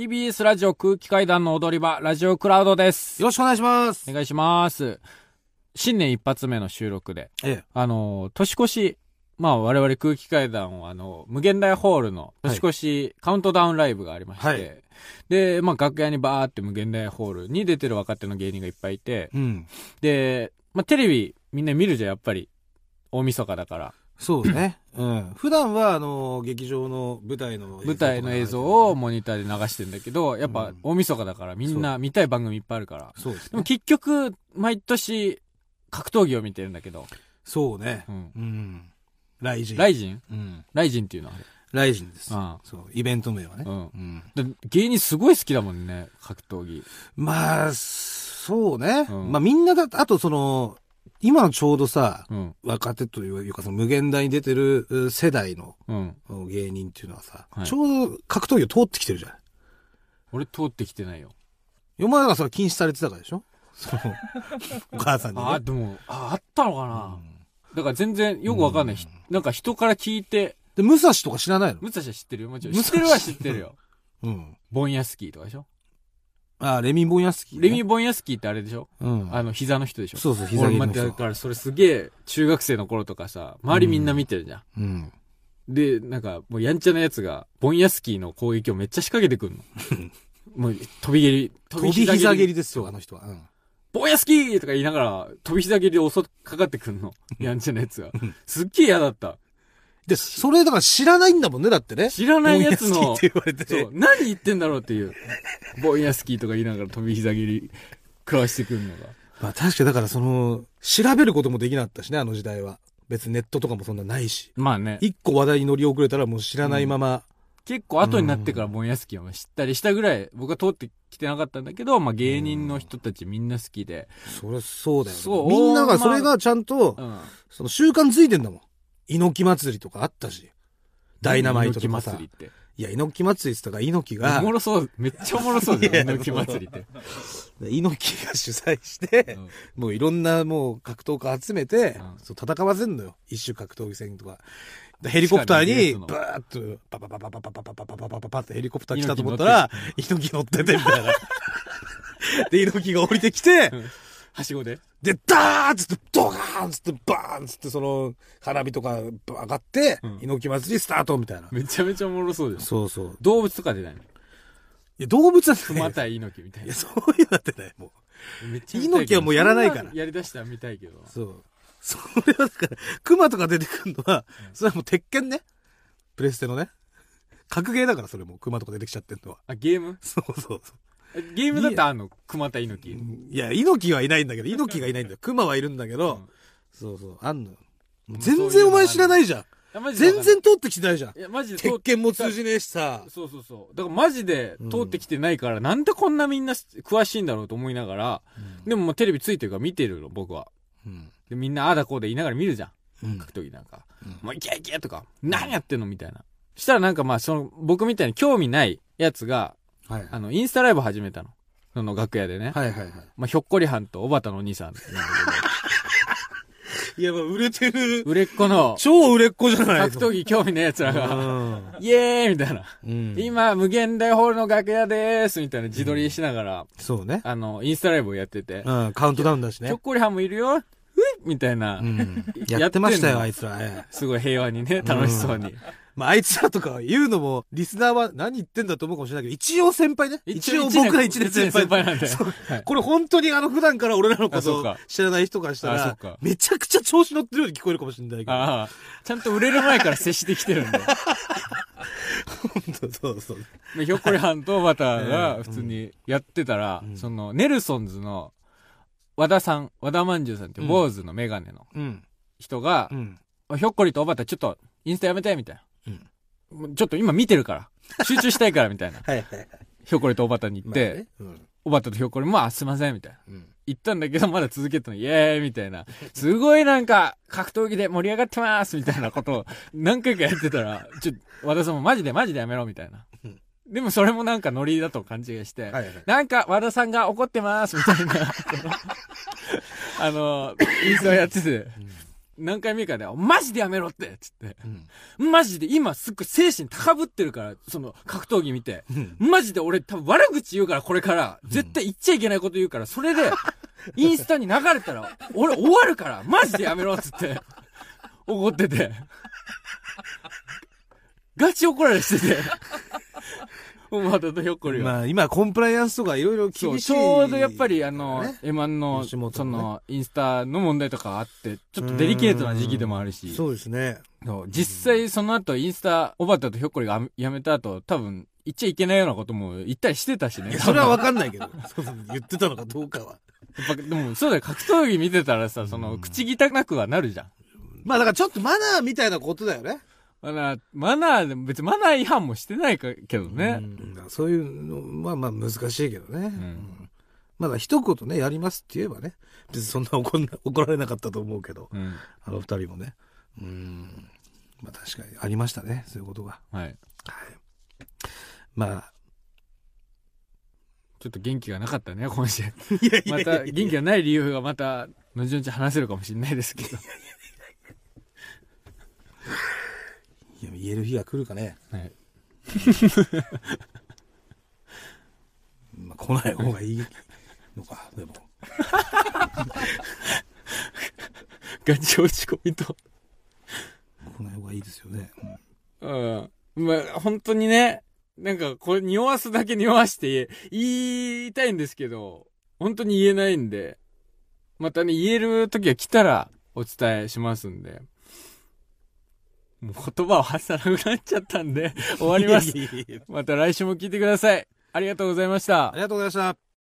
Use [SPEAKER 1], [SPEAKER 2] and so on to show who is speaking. [SPEAKER 1] TBS ラジオ空気階段の踊り場、ラジオクラウドです。
[SPEAKER 2] よろしくお願いします
[SPEAKER 1] お。願いします。新年一発目の収録で、
[SPEAKER 2] え
[SPEAKER 1] あの、年越し、まあ我々空気階段をあの、無限大ホールの年越しカウントダウンライブがありまして、
[SPEAKER 2] はい
[SPEAKER 1] で、まあ楽屋にバーって無限大ホールに出てる若手の芸人がいっぱいいて、
[SPEAKER 2] え。うん。
[SPEAKER 1] で、まあテレビみんな見るじゃん、やっぱり。大晦日だから。
[SPEAKER 2] そうですね。うん。普段は、あの、劇場の舞台の映像とか
[SPEAKER 1] 舞台の映像を。モニターで流してんだけど、やっ
[SPEAKER 2] う
[SPEAKER 1] ぱ
[SPEAKER 2] ん
[SPEAKER 1] 大晦日だからみんな見たい番組いっぱいあるから。
[SPEAKER 2] そうです
[SPEAKER 1] でも
[SPEAKER 2] ね。
[SPEAKER 1] 結局、毎年、格闘技を見てるんだけど。
[SPEAKER 2] そうね
[SPEAKER 1] う。ん。
[SPEAKER 2] うん。ライジン。
[SPEAKER 1] ライジン
[SPEAKER 2] うん。
[SPEAKER 1] ライジンっていうの
[SPEAKER 2] ライジンです。
[SPEAKER 1] あ
[SPEAKER 2] そう。イベント名はね
[SPEAKER 1] れ。。うん。
[SPEAKER 2] うん。
[SPEAKER 1] で芸人すごい好きだもんね、格闘技。
[SPEAKER 2] まあ、そうね。
[SPEAKER 1] うん
[SPEAKER 2] まあみんなが、あとその、今のちょうどさ、
[SPEAKER 1] うん。
[SPEAKER 2] 若手というか、その無限大に出てるう世代の
[SPEAKER 1] うん。
[SPEAKER 2] うん芸人っていうのはさ、
[SPEAKER 1] はい
[SPEAKER 2] ちょうど格闘技を通ってきてるじゃん。
[SPEAKER 1] 俺通ってきてないよ。
[SPEAKER 2] 世の中それ禁止されてたからでしょその、お母さんに、ね。
[SPEAKER 1] あ、でも、あ、あったのかな、だから全然よくわかんない。ひなんか人から聞いて、
[SPEAKER 2] で、武蔵とか知らないの
[SPEAKER 1] ムツシは知ってるよ、もちろん。
[SPEAKER 2] 武
[SPEAKER 1] 知っ
[SPEAKER 2] 蔵
[SPEAKER 1] てるは知ってるよ。
[SPEAKER 2] うん。
[SPEAKER 1] ボンヤスキーとかでしょ
[SPEAKER 2] あ、レミボンヤスキ、
[SPEAKER 1] レミ・ボンヤスキーってあれでしょ、
[SPEAKER 2] うん。
[SPEAKER 1] あの、膝の人でしょ
[SPEAKER 2] そうそう、膝
[SPEAKER 1] 俺
[SPEAKER 2] 毛
[SPEAKER 1] ま
[SPEAKER 2] の
[SPEAKER 1] でだ
[SPEAKER 2] 人。
[SPEAKER 1] からそれすげえ中学生の頃とかさ周りみんな見てるじゃん、
[SPEAKER 2] うん。
[SPEAKER 1] でなんかもうやんちゃなやつがボンヤスキーの攻撃をめっちゃ仕掛けてくんの もう飛び蹴り
[SPEAKER 2] 飛び膝蹴りです
[SPEAKER 1] そ
[SPEAKER 2] よ、
[SPEAKER 1] う
[SPEAKER 2] あの人は。うん。
[SPEAKER 1] ボンヤスキーとか言いながら飛び膝蹴りで襲っかかってくんのやんちゃなやつがすっげえ嫌だった
[SPEAKER 2] で、それだから知らないんだもんね、だってね。
[SPEAKER 1] 知らないやつ
[SPEAKER 2] ボンヤ
[SPEAKER 1] の
[SPEAKER 2] スキって言われ
[SPEAKER 1] そう
[SPEAKER 2] て。
[SPEAKER 1] 何言ってんだろうっていうボンヤスキーとか言いながら飛び膝蹴り食わしてくんのが
[SPEAKER 2] まあ確かだからその、調べることもできなかったしね、あの時代は。別にネットとかもそんなないし。
[SPEAKER 1] まあね
[SPEAKER 2] 一個話題に乗り遅れたらもう知らないまま。
[SPEAKER 1] 結構後になってからボンヤスキーを知ったりしたぐらい僕は通ってきてなかったんだけど、まあ、芸人の人たちみんな好きで、
[SPEAKER 2] そりゃそうだよね、
[SPEAKER 1] そう
[SPEAKER 2] みんながそれがちゃんと、
[SPEAKER 1] うん、
[SPEAKER 2] その習慣ついてんだもん。猪木祭りとかあったし。ダイナマイトとかさ。
[SPEAKER 1] 猪木祭りって
[SPEAKER 2] いや、猪木祭りって言ったから猪木
[SPEAKER 1] お
[SPEAKER 2] が
[SPEAKER 1] も、ろそうめっちゃおもろそうだよ
[SPEAKER 2] いや
[SPEAKER 1] 猪木祭りって、
[SPEAKER 2] 猪木が主催して
[SPEAKER 1] う、ん
[SPEAKER 2] もういろんなもう格闘家集めて、
[SPEAKER 1] うん
[SPEAKER 2] そう戦わせんのよ。一種格闘技戦とか。でヘリコプターに、
[SPEAKER 1] 地下に逃げるやつの
[SPEAKER 2] バーッと、パパパパパパパパパパパパパパってヘリコプター来たと思ったら、猪木乗ってて、みたいな。で、猪木が降りてきて、
[SPEAKER 1] はしごで
[SPEAKER 2] で、ダーンっつって、ドカーンっつって、バーンっつって、その、花火とか上がって、
[SPEAKER 1] うん
[SPEAKER 2] 猪木祭りスタートみたいな。
[SPEAKER 1] めちゃめちゃおもろそうじゃん
[SPEAKER 2] そうそう。
[SPEAKER 1] 動物とかでないの
[SPEAKER 2] いや、動物は
[SPEAKER 1] 熊
[SPEAKER 2] ね、
[SPEAKER 1] 対猪木みたい
[SPEAKER 2] い
[SPEAKER 1] な
[SPEAKER 2] や、そういうのってね、も
[SPEAKER 1] めっちゃ見たいけど
[SPEAKER 2] 猪木はもうやらないから
[SPEAKER 1] そんのやりだしたら見たいけど
[SPEAKER 2] う。そう。それはだから、熊とか出てくるのは、それはもう鉄拳ね。プレステのね。格ゲーだから、それも、熊とか出てきちゃってんのは。
[SPEAKER 1] あゲーム
[SPEAKER 2] そうそうそ
[SPEAKER 1] えゲームだったらあんの熊対猪
[SPEAKER 2] う
[SPEAKER 1] 木。
[SPEAKER 2] いや、猪木はいないんだけど、猪木がいないんだよ。熊はいるんだけど、
[SPEAKER 1] うん
[SPEAKER 2] そうそう、あんのよ。
[SPEAKER 1] う
[SPEAKER 2] 全然お前知らないじゃん。
[SPEAKER 1] あマジでわか
[SPEAKER 2] 全
[SPEAKER 1] んない
[SPEAKER 2] 然通ってきてないじゃん
[SPEAKER 1] い。やマジで通っ
[SPEAKER 2] 鉄拳も通じねえしさ。
[SPEAKER 1] そうそうそう。だからマジで通ってきてないから、なんでこんなみんな詳しいんだろうと思いながら、でももうテレビついてるから見てるの、僕は。
[SPEAKER 2] うん。
[SPEAKER 1] で、みんなああだこうで言いながら見るじゃん。
[SPEAKER 2] うん
[SPEAKER 1] 格闘技なんか。
[SPEAKER 2] うん
[SPEAKER 1] もういけいけとか、何やってんのみたいな。したらなんかまあ、その、僕みたいに興味ないやつが、
[SPEAKER 2] はい。
[SPEAKER 1] あの、インスタライブ始めたの。その楽屋でね。
[SPEAKER 2] はいはいはい。
[SPEAKER 1] まあ、ひょっこりはんとおばたのお兄さん。
[SPEAKER 2] いや、まあ売れてる。
[SPEAKER 1] 売れっ子 の、
[SPEAKER 2] 超売れっ子じゃない
[SPEAKER 1] 格闘技興味ないやつらが、イエーイみたいな。
[SPEAKER 2] うん。
[SPEAKER 1] 今、無限大ホールの楽屋でーすみたいな自撮りしながら、
[SPEAKER 2] そうね。
[SPEAKER 1] あの、インスタライブをやってて、
[SPEAKER 2] うん、カウントダウンだし
[SPEAKER 1] ひ
[SPEAKER 2] ね
[SPEAKER 1] ょっ。こりはんもいるよ、ういみたいな、
[SPEAKER 2] うん
[SPEAKER 1] や
[SPEAKER 2] やってました
[SPEAKER 1] やってんの
[SPEAKER 2] よ、あいつら。ええ
[SPEAKER 1] すごい平和にね、楽しそうに。
[SPEAKER 2] まあ、あいつらとか言うのも、リスナーは何言ってんだと思うかもしれないけど、一応先輩ね。一応僕ら一年先輩。
[SPEAKER 1] なんで。
[SPEAKER 2] そう
[SPEAKER 1] はい
[SPEAKER 2] これ本当にあの普段から俺らの
[SPEAKER 1] あ
[SPEAKER 2] こ
[SPEAKER 1] そう
[SPEAKER 2] と
[SPEAKER 1] か
[SPEAKER 2] 知らない人からした
[SPEAKER 1] あそう
[SPEAKER 2] ら
[SPEAKER 1] か、
[SPEAKER 2] めちゃくちゃ調子乗ってるように聞こえるかもしれないけど。
[SPEAKER 1] ああ、ちゃんと売れる前から接してきてるんで。
[SPEAKER 2] そうそうそう。
[SPEAKER 1] でひょっこりはんとバター が普通にやってたら、
[SPEAKER 2] うん
[SPEAKER 1] その、ネルソンズの和田さん、和田まんじゅうさんっていう坊主のメガネの
[SPEAKER 2] うん。
[SPEAKER 1] 人が
[SPEAKER 2] う、ん。
[SPEAKER 1] ひょっこりとおばたちょっとインスタやめたいみたい
[SPEAKER 2] うん。
[SPEAKER 1] な。もうちょっと今見てるから。集中したいからみたいな
[SPEAKER 2] はいはいはい。
[SPEAKER 1] ひょっこりとおばたに行って、
[SPEAKER 2] まあね、
[SPEAKER 1] おばたとひょっこりも、あ、すいません、みたいな。
[SPEAKER 2] うん。うん
[SPEAKER 1] 行ったんだけど、まだ続けてたの、イエーイみたいな。すごいなんか、格闘技で盛り上がってますみたいなことを何回かやってたら、ちょ、和田さんもマジでマジでやめろみたいな
[SPEAKER 2] うん。
[SPEAKER 1] でもそれもなんかノリだと勘違いして、
[SPEAKER 2] はいはい。
[SPEAKER 1] なんか和田さんが怒ってますみたいな、あの、インスタをやってて、何回目かで、マジでやめろってつって。
[SPEAKER 2] うん。
[SPEAKER 1] マジで今すっごい精神高ぶってるから、その格闘技見て。
[SPEAKER 2] うん。
[SPEAKER 1] マジで俺多分悪口言うからこれから、絶対言っちゃいけないこと言うから、それで、インスタに流れたら、俺終わるから、マジでやめろっつって、怒ってて。ガチ怒られして て。またひょっこりが。
[SPEAKER 2] まあ、今、コンプライアンスとかいろいろ
[SPEAKER 1] そ
[SPEAKER 2] 厳
[SPEAKER 1] う、
[SPEAKER 2] しい。
[SPEAKER 1] ちょうどやっぱりあの
[SPEAKER 2] ね、
[SPEAKER 1] M1 の、
[SPEAKER 2] 吉本
[SPEAKER 1] そ
[SPEAKER 2] の
[SPEAKER 1] の、インスタの問題とかあって、ちょっとデリケートな時期でもあるし。
[SPEAKER 2] そうですね。
[SPEAKER 1] そう実際その後インスタ、おばたとひょっこりが辞めた後、多分、言っちゃいけないようなことも言ったりしてたし
[SPEAKER 2] い
[SPEAKER 1] ね。
[SPEAKER 2] や、それはわかんないけど。そうそう言ってたのかどうかは。
[SPEAKER 1] やっぱでも、そうだよ、格闘技見てたらさ、その、口汚くはなるじゃん。
[SPEAKER 2] まあだからちょっとマナーみたいなことだよね。
[SPEAKER 1] マナー、マナーでも、別にマナー違反もしてないかけどね。
[SPEAKER 2] うんだからそういうのはまあ難しいけどね。
[SPEAKER 1] ん
[SPEAKER 2] まだ一言ね、やりますって言えばね。別にそんな怒んな怒られなかったと思うけど、
[SPEAKER 1] うん。
[SPEAKER 2] あの二人もね。うん。まあ確かにありましたね、そういうことが。
[SPEAKER 1] はい。
[SPEAKER 2] はい。まあ、
[SPEAKER 1] ちょっと元気がなかったね、 今週。
[SPEAKER 2] いやい
[SPEAKER 1] また、元気がない理由がまた、後々話せるかもしれないですけ ど。
[SPEAKER 2] いや言える日が来るかね。
[SPEAKER 1] はい。
[SPEAKER 2] まあ来ない方がいいのか、でも。
[SPEAKER 1] ガチ落ち込みと。
[SPEAKER 2] 来ない方がいいですよね。うん
[SPEAKER 1] うん。まあ、本当にね、なんか、これ、匂わすだけ匂わして言え、言いたいんですけど、本当に言えないんで、またね、言える時が来たらお伝えしますんで、もう言葉を発さなくなっちゃったんで、終わります。
[SPEAKER 2] いやいやいやいや
[SPEAKER 1] また来週も聞いてください。ありがとうございました
[SPEAKER 2] あり。がとうございました。